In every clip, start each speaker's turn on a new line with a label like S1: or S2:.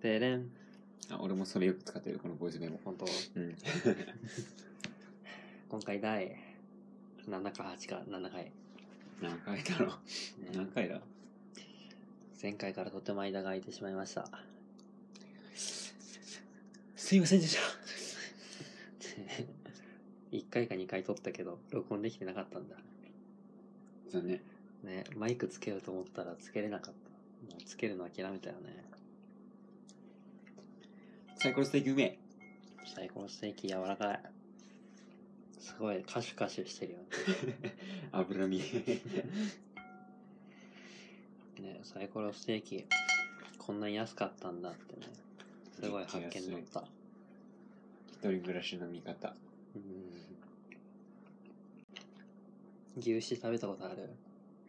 S1: てれん。
S2: あ、俺もそれよく使ってる、このボイスメモ。
S1: 本当
S2: うん。
S1: 今回第7か8か7回。
S2: 何回だろう。何
S1: ね、
S2: 回だ
S1: 前回からとても間が空いてしまいました。すいませんでした。1回か2回撮ったけど、録音できてなかったんだ。
S2: 残念。
S1: ね、マイクつけようと思ったらつけれなかった。もうつけるの諦めたよね。
S2: サイコロステーキうめえ。
S1: 最高のステーキ柔らかい。すごい、カシュカシュしてるよね。
S2: 脂身。
S1: ね、サイコロステーキ、こんなに安かったんだってね。すごい発見だった。
S2: 一人暮らしの味方。
S1: うん牛脂食べたことある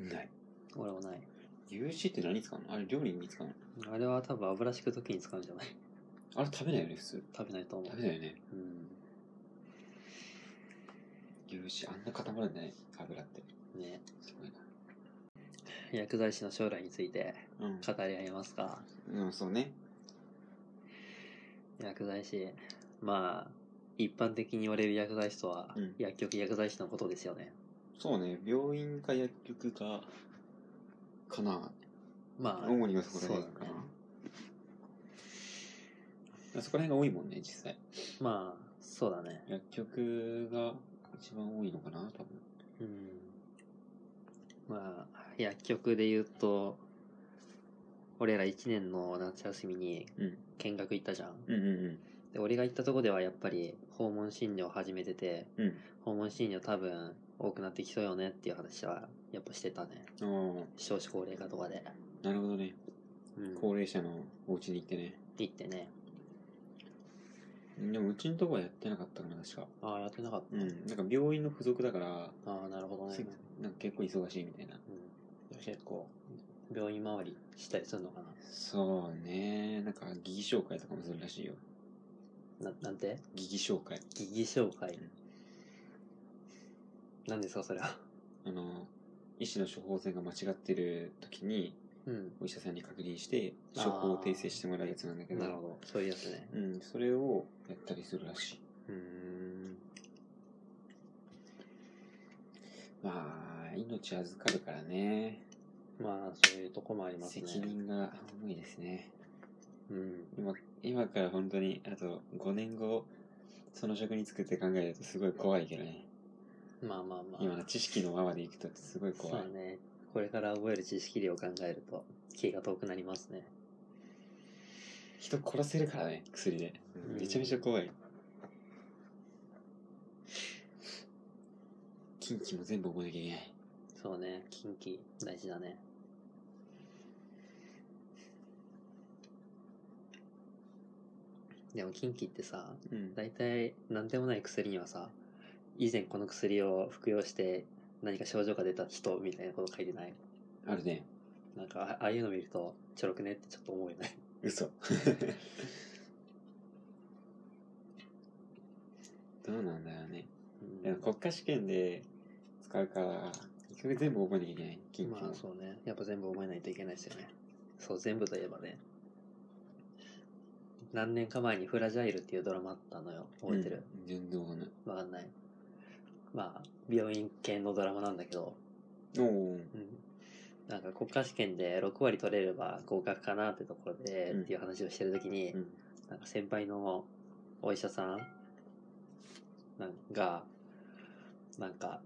S2: ない。
S1: 俺もない。
S2: 牛脂って何使うのあれ料理に使うの
S1: あれは多分油敷くときに使うんじゃない
S2: あれ食べないよね、普通。
S1: 食べないと思う
S2: 食。べないよね。
S1: うん。
S2: 牛脂、あんな固まるんだね、油って。
S1: ね。
S2: すごいな。
S1: 薬剤師の将来について
S2: うん
S1: 語り合いますか
S2: うん、そうね。
S1: 薬剤師。まあ、一般的に言われる薬剤師とは、
S2: うん
S1: 薬局薬剤師のことですよね。
S2: そうね、病院か薬局か、かな。
S1: まあ、
S2: 主にはそこら辺
S1: そう
S2: か
S1: だね
S2: な。そこら辺が多いもんね、実際。
S1: まあ、そうだね。
S2: 薬局が一番多いのかな、多分。
S1: うん。まあ、薬局で言うと、俺ら1年の夏休みに
S2: うん。
S1: 見学行ったじゃん。
S2: うんうん
S1: で、俺が行ったとこではやっぱり訪問診療始めてて、
S2: うん。うん。
S1: 訪問診療多分多くなってきそうよねっていう話はやっぱしてたね。
S2: あ
S1: 少子高齢化とかで。
S2: あ、なるほどね。
S1: うん。
S2: 高齢者のお家に行ってね。
S1: 行ってね。
S2: でもうちのとこはやってなかったかな、確か。
S1: ああ、やってなかっ
S2: うん。なんか病院の付属だから、
S1: た。ああ、なるほどね
S2: せ。なんか結構忙しいみたいな。
S1: うん、結構、病院回りしたりするのか
S2: そうね。なんか疑義紹介とかもするらしいよ。
S1: な。な、なんて
S2: 疑義紹介。
S1: 疑義紹介
S2: うん。
S1: 何ですか、それは。
S2: あの、医師の処方箋が間違ってる時に、
S1: うん。
S2: お医者さんに確認して、処方を訂正してもらうやつなんだけど。
S1: なるほど。そういうやつね。
S2: うん、それをやったりするらしい。
S1: うーん。
S2: まあ、命預かるからね。
S1: まあ、そういうとこもありますね。
S2: 責任が重いですね。
S1: うん。
S2: 今、今から本当に、あと5年後、その職に就くって考えるとすごい怖いけどね。
S1: まあまあまあ。
S2: 今の知識のままでいくとすごい怖い
S1: そう。ね。これから覚える知識量を考えると、気が遠くなりますね。
S2: 人殺せるからね、薬で。
S1: うん
S2: めちゃめちゃ怖い。近畿も全部覚えなきゃいけない。
S1: そうね。近畿、大事だね。でも近畿ってさ、
S2: うん。
S1: 大体何でもない薬にはさ、以前この薬を服用して何か症状が出た人みたいなこと書いてない
S2: あるね。
S1: なんかあああいうの見るとちょろくねってちょっと思うよね。
S2: 嘘。どうなんだろうね。でも国家試験で使うから、結局全部覚えなきゃいけない。近畿も。
S1: まあそうね。やっぱ全部覚えないといけないですよね。そう、全部といえばね。何年か前にフラジャイルっていうドラマあったのよ。覚えてる、
S2: うん全然わかんない。
S1: わかんない。まあ、病院系のドラマなんだけど、
S2: おお。
S1: うん、なんか国家試験で6割取れれば合格かなってところで、
S2: うん
S1: っていう話をしてるときに、
S2: うん。
S1: なんか先輩のお医者さんなんか、なんか、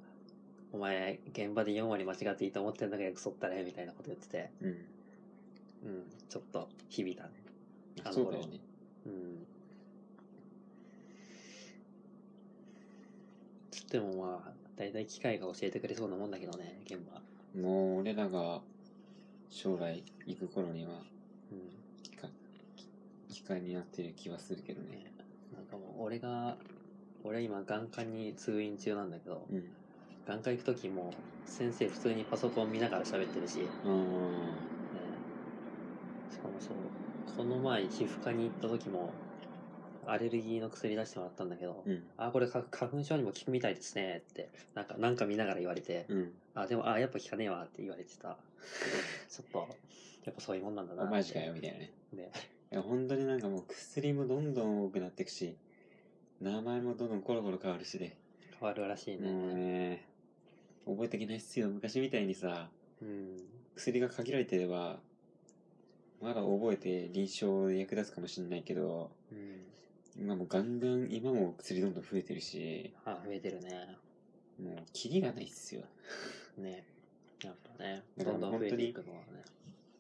S1: お前、現場で4割間違っていいと思ってんだけど、クソったれ、みたいなこと言ってて、
S2: うん。
S1: うん、ちょっと響いたね。あの
S2: そうだよね。
S1: うん。つってもまあ、大体機械が教えてくれそうなもんだけどね、現場。
S2: もう俺らが将来行く頃には
S1: うん。
S2: 機械、機械になってる気はするけどね。
S1: なんかもう、俺が、俺今、眼科に通院中なんだけど、
S2: うん。
S1: 眼科行くときも、先生普通にパソコン見ながら喋ってるし、
S2: あ
S1: ねしかもそうこの前皮膚科に行った時もアレルギーの薬出してもらったんだけど「
S2: ー。うん。
S1: あこれ花花粉症にも効くみたいですね」ってなんかなんか見ながら言われて
S2: うん。
S1: 「あでもあやっぱ効かねえわ」 って言われてたちょっとやっぱそういうもんなんだな
S2: お
S1: って
S2: 前しかよ、みたいなね。
S1: ね
S2: いや、本当になんかもう薬もどんどん多くなっていくし、名前もどんどんコロコロ変わるしで、
S1: 変わるらしいね。
S2: もうね、覚えていけないっすよ。昔みたいにさ、
S1: うん。
S2: 薬が限られてれば、まだ覚えて臨床で役立つかもしれないけど、
S1: うん。
S2: 今もうガンガン、今も薬どんどん増えてるし、
S1: あ、増えてるね。
S2: もうキリがないっすよ。
S1: ね。やっぱね、
S2: だ
S1: ど
S2: から
S1: んどん
S2: 本
S1: 増
S2: 当に
S1: えていくのはね。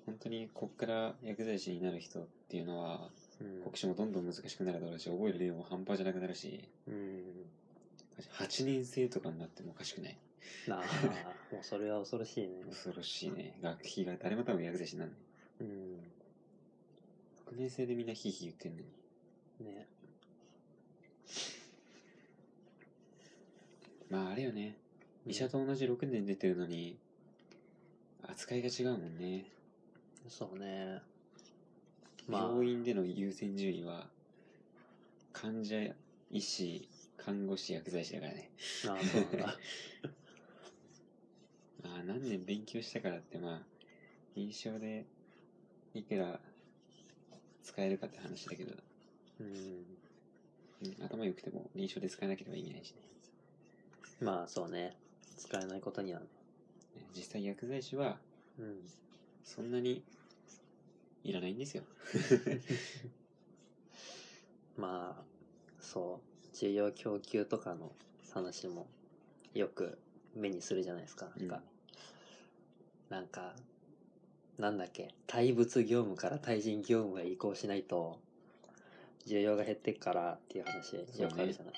S2: 本当にこっから薬剤師になる人っていうのは、
S1: うん
S2: 国試もどんどん難しくなるだろうし、覚える量も半端じゃなくなるし、
S1: うん。
S2: 8年生とかになってもおかしくない。
S1: なあ、 もうそれは恐ろしいね。
S2: 恐ろしいね。学費が誰も多分薬剤師になんない。
S1: うん。
S2: 6年生でみんなヒーヒー言ってんのに。
S1: ね。
S2: まああれよね。医者と同じ6年出てるのに、扱いが違うもんね。
S1: そうね。まあ
S2: 病院での優先順位は、患者、医師、看護師、薬剤師だからね。
S1: ああ、そうなんだ。
S2: まあ何年勉強したからってまあ、臨床でいくら使えるかって話だけど、
S1: うん。
S2: うん頭良くても臨床で使えなければ意味ないしね。
S1: まあ、そうね。使えないことにはね。
S2: ね実際薬剤師は
S1: うん。
S2: そんなにいらないんですよ。
S1: まあ、そう。需要供給とかの話もよく目にするじゃないですか。なんか、なんか、なんだっけ、対物業務から対人業務へ移行しないと、需要が減ってっからっていう話
S2: そうね
S1: よくあるじゃない。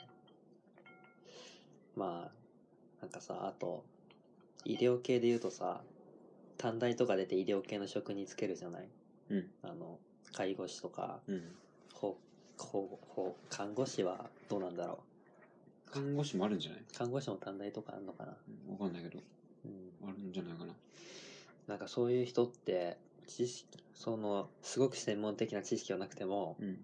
S1: まあ、なんかさ、あと、医療系で言うとさ、短大とか出て医療系の職につけるじゃない
S2: うん。
S1: あの、介護士とか、
S2: うん。
S1: ほほほ看護師はどうなんだろ
S2: 看護師もあるんじゃないう
S1: 看護師も短大とかあるのかな、
S2: うんわかんないけど、
S1: うん、
S2: あるんじゃないかな。
S1: なんかそういう人って知識そのすごく専門的な知識はなくても
S2: うん。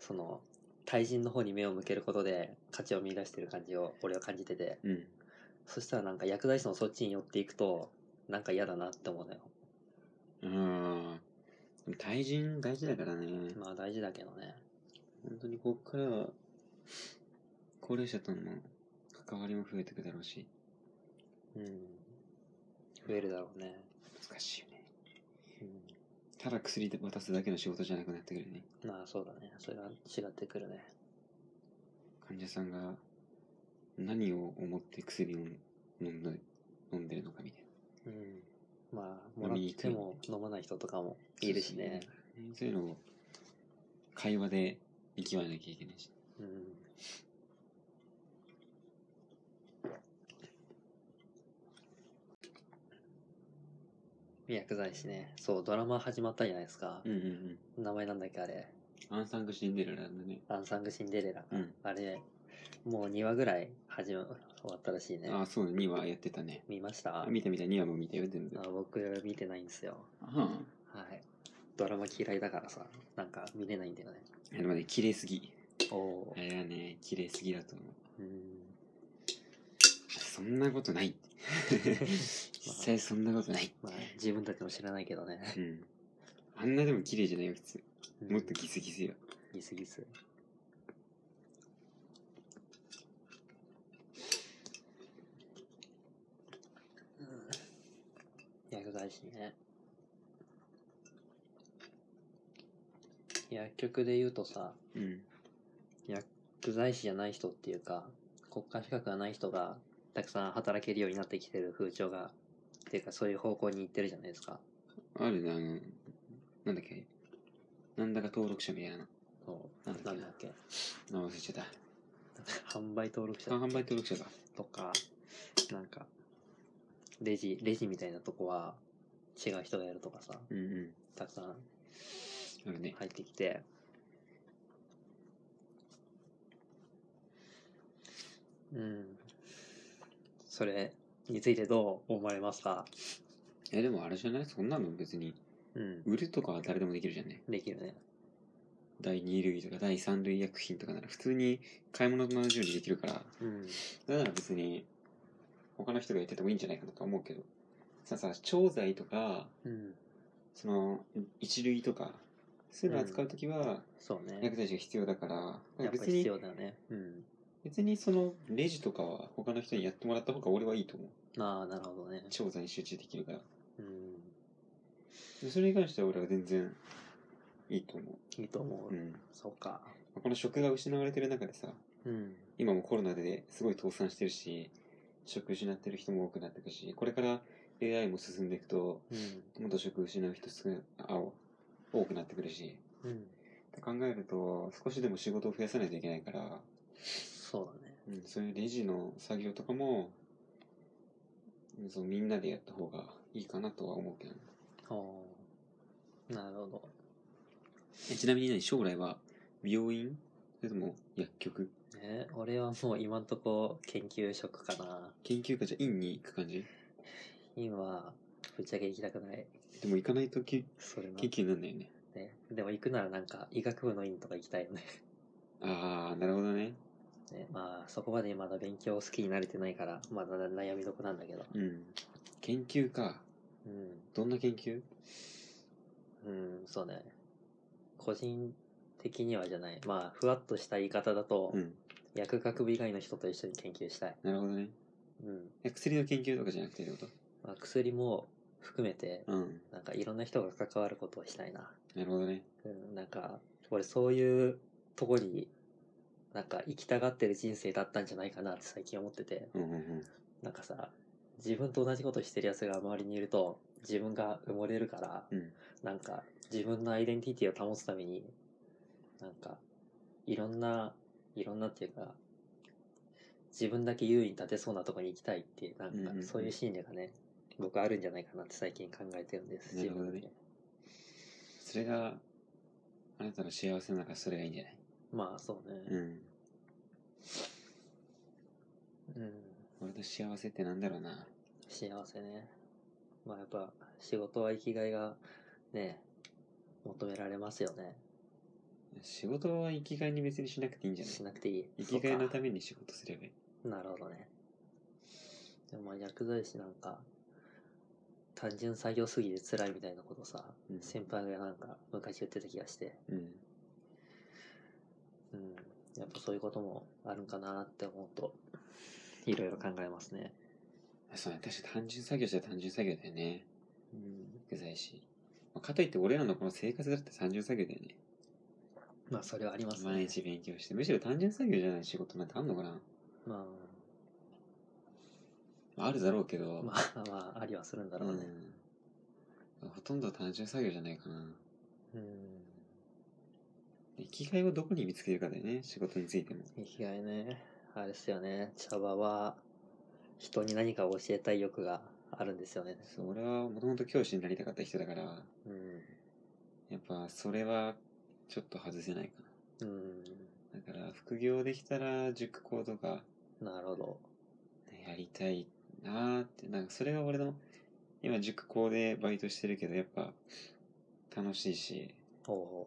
S1: その対人の方に目を向けることで価値を見出してる感じを俺は感じてて
S2: うん。
S1: そしたらなんか薬剤師のそっちに寄っていくとなんか嫌だなって思うのよ
S2: あーでも対人大事だからね。
S1: まあ大事だけどね
S2: 本当にこっからは、高齢者との関わりも増えてくだろうし、
S1: うん増えるだろうね、
S2: 難しいよね。
S1: う
S2: ただ薬で渡すだけの仕事じゃなくなってくるよね。
S1: ん、まあそうだねそれは違ってくるね
S2: 患者さんが何を思って薬を飲んだ飲んでるのかみたいな。
S1: うん、まあもらっても飲まない人とかもいるしね
S2: そういうのを会話で見極めなきゃいけないし。
S1: うん薬剤師ねそうドラマ始まったじゃないですか
S2: う、んうん
S1: 名前なんだっけあれ
S2: うん。アンサングシンデレラだね。
S1: アンサング・シンデレラ、
S2: うん
S1: あれもう2話ぐらい始ま終わったらしいね
S2: ああ、そうだ、2話やってたね。
S1: 見ました
S2: あ見た見た、2話も見たよ、全部。
S1: あ
S2: あ
S1: 僕見てないんですよ
S2: あ。
S1: はいドラマ嫌いだからさなんか見れないんだよね
S2: でもね、綺麗すぎ。
S1: おお
S2: あれはね、綺麗すぎだと思う。
S1: ーうん
S2: そんなことない。実際そんなことない。
S1: まあ、自分たちも知らないけど ね。
S2: うん。あんなでも綺麗じゃないよ、普通。もっと
S1: うん
S2: ギスギスよ。
S1: ギスギス。うん薬剤師ね。薬局で言うとさ、
S2: うん。
S1: 薬剤師じゃない人っていうか、国家資格がない人がたくさん働けるようになってきてる風潮が、っていうかそういう方向に行ってるじゃないですか。
S2: あるね、あの、なんだっけ。なんだか登録者みたいな
S1: そう
S2: なんだっけな
S1: なんだっけ。
S2: の。あ、忘れちゃった。
S1: 販売登録者
S2: あ、販売登録者か。
S1: とか、なんか、レジ、レジみたいなとこは違う人がやるとかさ、
S2: うんうん。
S1: たくさん
S2: あるね。
S1: 入ってきて、うん。それについてどう思われますか
S2: え、でもあれじゃないそんなの別に、
S1: うん。
S2: 売るとかは誰でもできるじゃんね。
S1: できるね。
S2: 第2類とか第3類薬品とかなら普通に買い物と同じようにできるから、
S1: うん。
S2: それなら別に他の人がやっててもいいんじゃないかなとは思うけど。さあさ、調剤とか、
S1: うん。
S2: その、一類とか、スーパー使うときは
S1: そうね
S2: 薬剤師が必要だから、
S1: やっぱ
S2: 別
S1: り必
S2: に
S1: 要だよねうん
S2: 別にそのレジとかは他の人にやってもらった方が俺はいいと思う
S1: ああなるほどね
S2: 調査に集中できるから
S1: うん
S2: でそれに関しては俺は全然いいと思
S1: いいと思う、
S2: う、うん、
S1: そうか
S2: この食が失われてる中でさ
S1: うん
S2: 今もコロナですごい倒産してるし食失ってる人も多くなってくしこれから AI も進んでいくと
S1: うん
S2: もっと食失う人少なあ多くなってくるし
S1: うん
S2: って考えると少しでも仕事を増やさないといけないから、
S1: そうだね
S2: うん、そういうレジの作業とかも、うんそうみんなでやった方がいいかなとは思うけどね、
S1: おーなるほど
S2: えちなみに何将来は病院それとも薬局
S1: えー俺はもう今んとこ研究職かな
S2: 研究科じゃ院に行く感じ
S1: 今ぶっちゃけ行きたくない
S2: でも行かないとき
S1: それな
S2: 研究になんだよね
S1: ねでも行くならなんか医学部の院とか行きたいよね
S2: ああなるほどね
S1: ねまあそこまでまだ勉強好きになれてないからまだ悩みどこなんだけど
S2: うん研究か
S1: うん
S2: どんな研究
S1: うんそうね個人的にはじゃないまあふわっとした言い方だと、
S2: うん
S1: 薬学部以外の人と一緒に研究したい、
S2: なるほどね
S1: うん
S2: え薬の研究とかじゃなくてってこ
S1: まあ、薬も含めて
S2: とうん
S1: なんかいろんな人が関わることをしたいな
S2: なるほどね
S1: うん、なんか、俺そういうとこに、なんか行きたがってる人生だったんじゃないかなって最近思ってて、
S2: うんうんうん
S1: なんかさ、自分と同じことしてる奴が周りにいると、自分が埋もれるから、
S2: うん
S1: なんか自分のアイデンティティを保つために、なんか、いろんな、いろんなっていうか、自分だけ優位に立てそうなとこに行きたいっていう、な
S2: うんうん
S1: ん
S2: うん
S1: かそういう心理がね、僕あるんじゃないかなって最近考えてるんです。
S2: なるほどね
S1: 自分で
S2: それがあなたの幸せの中それがいいんじゃない
S1: まあそうね。
S2: うん
S1: うん
S2: 俺の幸せってなんだろうな
S1: 幸せねまあやっぱ仕事は生きがいがね求められますよね
S2: 仕事は生きがいに別にしなくていいんじゃない
S1: しなくていい
S2: 生きがいのた
S1: め
S2: めに仕事すればいい
S1: なるほどねでもまあ薬剤師なんか単純作業すぎて辛いみたいなことさ、
S2: うん
S1: 先輩がなんか昔言ってた気がして
S2: うん
S1: うんやっぱそういうこともあるんかなって思うといろいろ考えますね
S2: そうね確かに単純作業じゃ単純作業だよね
S1: うん
S2: 薬剤師、まあ、かといって俺らのこの生活だって単純作業だよね
S1: まあそれはありますね
S2: 毎日勉強してむしろ単純作業じゃない仕事なんてあんのかな
S1: ま
S2: まああるだろうけど、
S1: あまあまあありはするんだろうね
S2: うん、ほとんど単純作業じゃないかな
S1: うん
S2: 生きがいをどこに見つけるかだよね仕事についても
S1: 生きがいねあれですよね茶葉は人に何かを教えたい欲があるんですよね
S2: そう俺はもともと教師になりたかった人だから
S1: うん
S2: やっぱそれはちょっと外せないか
S1: うん
S2: なだから副業できたら塾講とか
S1: なるほど
S2: やりたいなーってなんかそれが俺の今塾講でバイトしてるけどやっぱ楽しいし
S1: ほ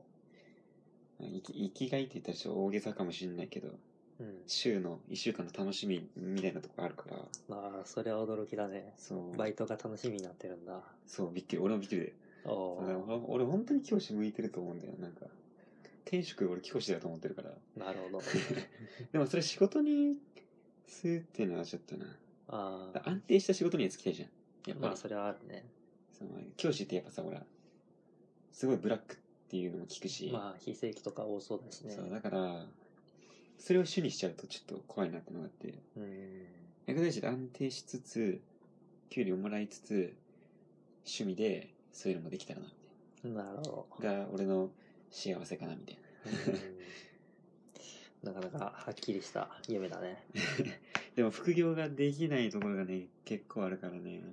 S2: 生き生きがいって言ったらちょっと大げさかもしんないけど
S1: うほううん
S2: 週の1週間の楽しみみたいなとこあるから
S1: まあそれは驚きだね
S2: そう
S1: バイトが楽しみになってるんだ
S2: そうびっくり俺もびっくりで
S1: おお
S2: 俺俺本当に教師向いてると思うんだよなんか天職俺教師だと思ってるから
S1: なるほど
S2: でもそれ仕事にするっていうのはちょっとな
S1: あ あ
S2: 安定した仕事には就きたいじゃんやっぱり、
S1: まあそれはあるね
S2: その教師ってやっぱさほらすごいブラックっていうのも聞くし、
S1: まあ非正規とか多そうだしね
S2: そうだからそれを主にしちゃうとちょっと怖いなってのがあって
S1: うん
S2: 薬剤師で安定しつつ給料もらいつつ趣味でそういうのもできたらなみ
S1: なるほど
S2: たいなが俺の幸せかなみたいな
S1: うんなかなかはっきりした夢だね
S2: でも副業ができないところがね結構あるからね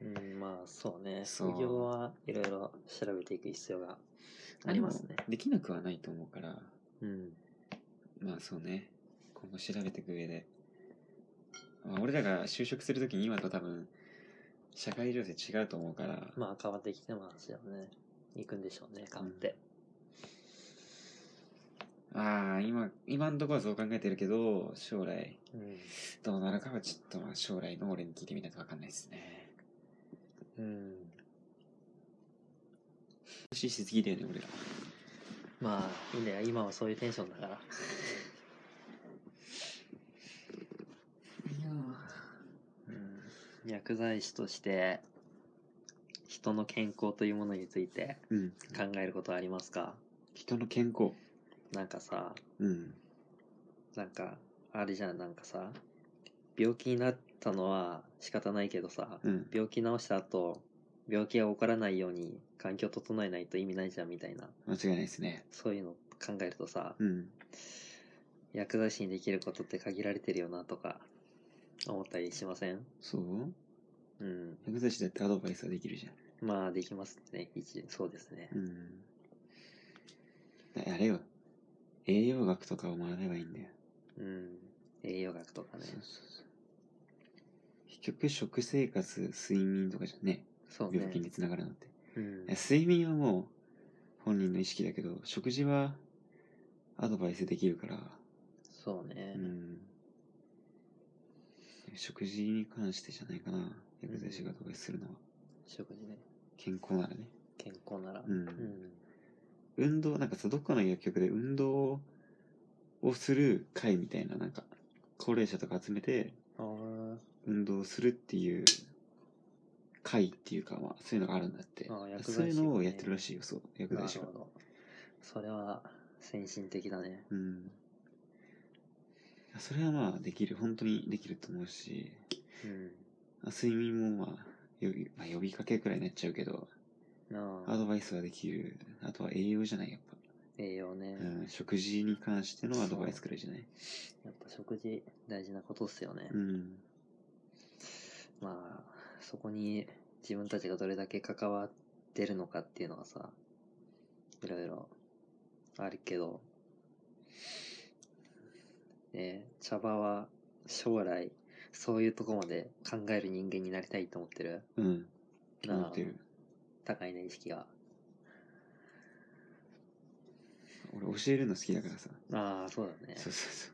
S1: うん、まあそうね。
S2: そう
S1: 副業はいろいろ調べていく必要がありますね。
S2: できなくはないと思うから
S1: うん。
S2: まあそうね今後調べていく上で、まあ、俺らが就職するときに今と多分社会情勢違うと思うから、
S1: まあ変わってきてますよね。行くんでしょうね、変わって。
S2: ああ今今んとこはそう考えてるけど将来
S1: うん。
S2: どうなるかはちょっとまあ将来の俺に聞いてみないと分かんないですね
S1: うん。
S2: ししすぎだよね俺ら
S1: まあいいんだよ今はそういうテンションだからうん薬剤師として人の健康というものについて
S2: うん。
S1: 考えることはありますか
S2: 人の健康。
S1: なんかさ
S2: うん。
S1: なんかあれじゃんなんかさ病気になったのは仕方ないけどさ
S2: うん。
S1: 病気治した後病気が起こらないように環境整えないと意味ないじゃんみたいな
S2: 間違いないですね。
S1: そういうの考えるとさ
S2: うん。
S1: 薬剤師にできることって限られてるよなとか思ったりしません
S2: そう
S1: うん
S2: 薬剤師だってアドバイスはできるじゃん。
S1: まあできますね一そうですね
S2: うん。だあれよ。栄養学とかを学べばいいんだよ。
S1: うん栄養学とかね
S2: そうそうそう。結局、食生活、睡眠とかじゃね、
S1: そうね
S2: 病気につながるのって。
S1: うん
S2: 睡眠はもう、本人の意識だけど、食事は、アドバイスできるから、
S1: そうね
S2: うん。食事に関してじゃないかな。薬剤師がアドバイスするのは。
S1: 食事ね
S2: 健康ならね。
S1: 健康なら
S2: うん
S1: うん
S2: 運動、なんかさ、どっかの薬局で運動をする会みたいな、なんか、高齢者とか集めて、
S1: あー
S2: 運動するっていう会っていうか、まあ、そういうのがあるんだって
S1: ああ薬剤師がね
S2: そういうのをやってるらしいよそう薬
S1: な
S2: 剤
S1: る
S2: 師が
S1: ほどそれは先進的だね
S2: うんそれはまあできる本当にできると思うし
S1: うん
S2: 睡眠もまあ呼び,、まあ、呼びかけくらいになっちゃうけど
S1: な
S2: ア
S1: あ
S2: ドバイスはできるあとは栄養じゃないやっ
S1: 栄養ね、
S2: ぱ、うん、食事に関してのアドバイスくらいじゃない
S1: やっぱ食事大事なことっすよね、
S2: うん
S1: まあそこに自分たちがどれだけ関わってるのかっていうのはさいろいろあるけどね茶葉は将来そういうとこまで考える人間になりたいと思ってる
S2: うん
S1: なあ
S2: 思ってる
S1: 高いね意識が
S2: 俺教えるの好きだからさ
S1: ああそうだね
S2: そうそうそ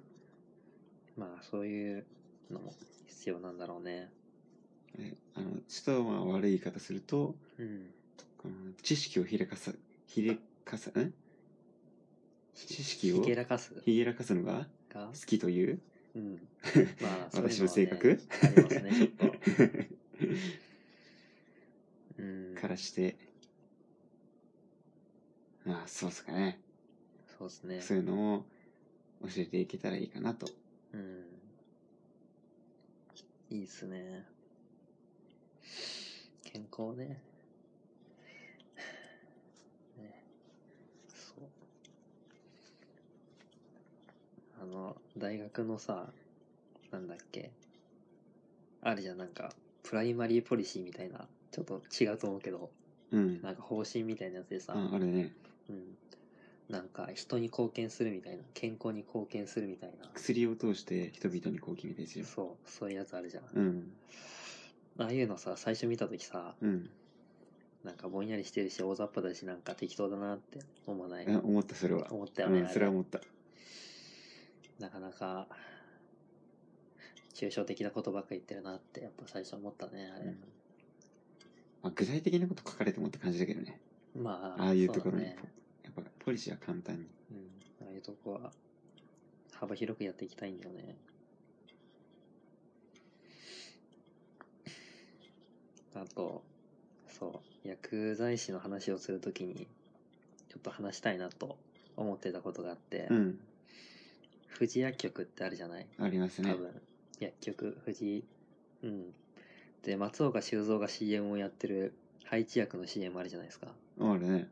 S2: う
S1: まあそういうのも必要なんだろうね
S2: えあのちょっとまあ悪い言い方すると
S1: うん
S2: この知識をひれかさ、ひれかさ、ん知識を
S1: ひけらかす
S2: ひげらかすのが
S1: が
S2: 好きという
S1: うん まあそういう
S2: 私
S1: はね
S2: の性格
S1: ありますね ちょっとうん
S2: からして、まあそうっすかね。
S1: そうですね
S2: そういうのを教えていけたらいいかなと。
S1: うんいいっすね健康ねねそうあの大学のさなんだっけあるじゃんなんかプライマリーポリシーみたいなちょっと違うと思うけど
S2: うん。
S1: なんか方針みたいなやつでさ、
S2: ああれね、
S1: うん、なんか人に貢献するみたいな健康に貢献するみたいな
S2: 薬を通して人々に貢献みたいですよ。
S1: そうそういうやつあるじゃん、
S2: うん。
S1: ああいうのさ最初見た時さ
S2: うん。
S1: なんかぼんやりしてるし大雑把だしなんか適当だなって思わない
S2: あ思った、それは。
S1: 思ったよ
S2: う
S1: ね、
S2: ん、
S1: あ
S2: それは思った。
S1: なかなか抽象的なことばっか言ってるなってやっぱ最初思ったねあれ、
S2: うんまあ、具体的なこと書かれてもって感じだけどね。
S1: まあ
S2: ああいうところに、
S1: そうだね
S2: やっぱポリシーは簡単に。
S1: うん、ああいうとこは幅広くやっていきたいんだよね。あと、そう、薬剤師の話をするときに、ちょっと話したいなと思ってたことがあって、
S2: うん。
S1: 富士薬局ってあるじゃない
S2: あります
S1: 多
S2: ね。
S1: 分、薬局、富士、うん。で、松岡修造が CM をやってる配置薬の CM あるじゃないですか。
S2: あるね。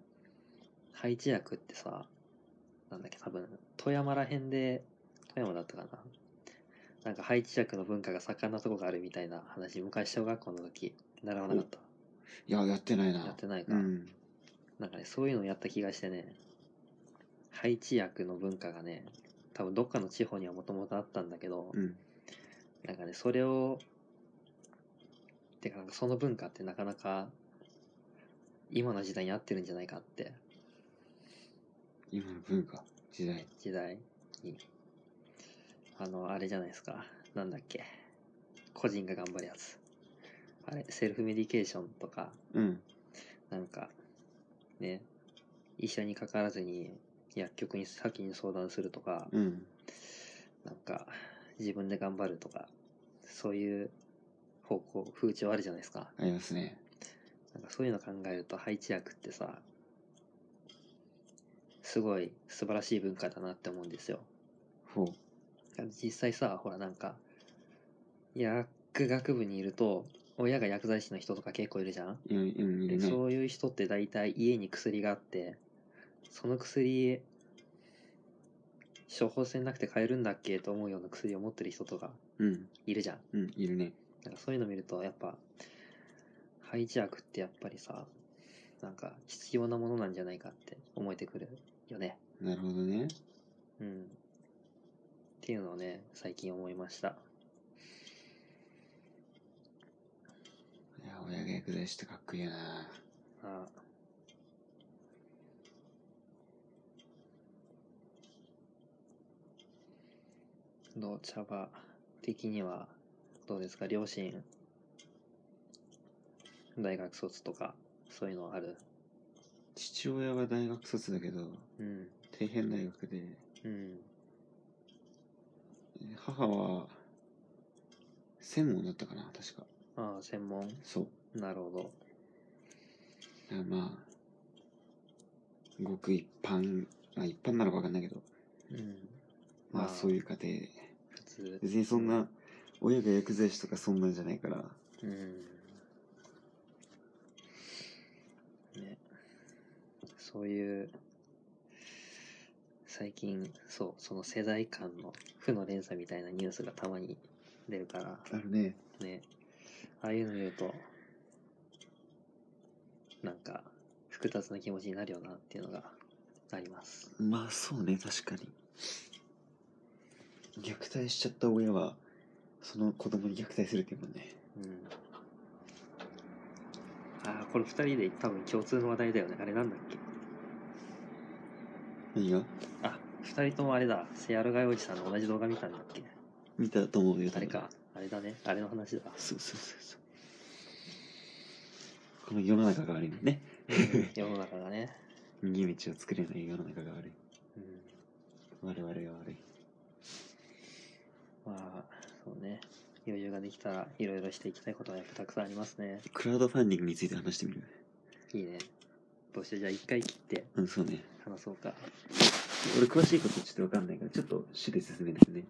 S1: 配置薬ってさなんだっけ多分富山ら辺で富山だったかななんか配置薬の文化が盛んなとこがあるみたいな話昔小学校の時習わなかっ
S2: いや、やってないな。
S1: たやってないか、
S2: うん。
S1: なんかねそういうのをやった気がしてね配置薬の文化がね多分どっかの地方にはもともとあったんだけど、
S2: うん。
S1: なんかねそれをてかなんかその文化ってなかなか今の時代に合ってるんじゃないかって
S2: 今の文化、時代。
S1: 時代にあのあれじゃないですかなんだっけ個人が頑張るやつあれセルフメディケーションとか
S2: うん。
S1: なんかね医者にかからずに薬局に先に相談するとか、
S2: うん。
S1: なんか自分で頑張るとかそういう方向風潮あるじゃないですか
S2: ありますね。
S1: なんかそういうの考えると配置薬ってさすごい素晴らしい文化だなって思うんですよ
S2: ほう。
S1: 実際さほらなんか薬学部にいると親が薬剤師の人とか結構いるじゃん
S2: いや、うん、い
S1: で
S2: るね。
S1: そういう人って大体家に薬があってその薬処方箋なくて買えるんだっけと思うような薬を持ってる人とか
S2: うん、
S1: いるじゃん
S2: うん、いるね。
S1: なんかそういうの見るとやっぱ廃棄薬ってやっぱりさなんか必要なものなんじゃないかって思えてくるよね
S2: なるほどね。
S1: うんっていうのをね最近思いました
S2: いや、親が薬剤師ってかっこいいよな。
S1: ああの茶葉的にはどうですか両親大学卒とかそういうのある
S2: 父親は大学卒だけど、
S1: うん
S2: 底辺大学で、
S1: うん
S2: え母は、専門だったかな、確か。
S1: ああ専門
S2: そう。
S1: なるほど
S2: だからまあ、ごく一般、まあ一般なのかわかんないけど、
S1: うんま
S2: ま
S1: あ
S2: あそういう家庭で、
S1: 普通
S2: 別にそんな、親が薬剤師とかそんなんじゃないから、
S1: うんねそういう最近そうその世代間の負の連鎖みたいなニュースがたまに出るから
S2: あるね。
S1: ねああいうの見るとなんか複雑な気持ちになるよなっていうのがあります
S2: まあそうね、確かに。虐待しちゃった親は、その子供に虐待するっていうもんね。
S1: うんああこれ2人で多分共通の話題だよねあれなんだっけ
S2: 何が
S1: あ、二人ともあれだ。セアルガイおじさんの同じ動画見たんだっけ
S2: 見たと思うよ、
S1: あ
S2: 誰
S1: れか。。あれだね。あれの話だ。
S2: そうそうそうそう。この世の中が悪いのね。
S1: 世の中がね。
S2: 逃げ道を作れない世の中が悪い。
S1: うん。
S2: 我々が悪い。
S1: まあ、そうね。余裕ができたら、いろいろしていきたいことはやっぱたくさんありますね。
S2: クラウドファンディングについて話してみる
S1: いいね。どうしてじゃあ一回切って
S2: うん、そうね。
S1: 話そうか。
S2: 俺詳しいことちょっとわかんないから、ちょっと死で進めですね。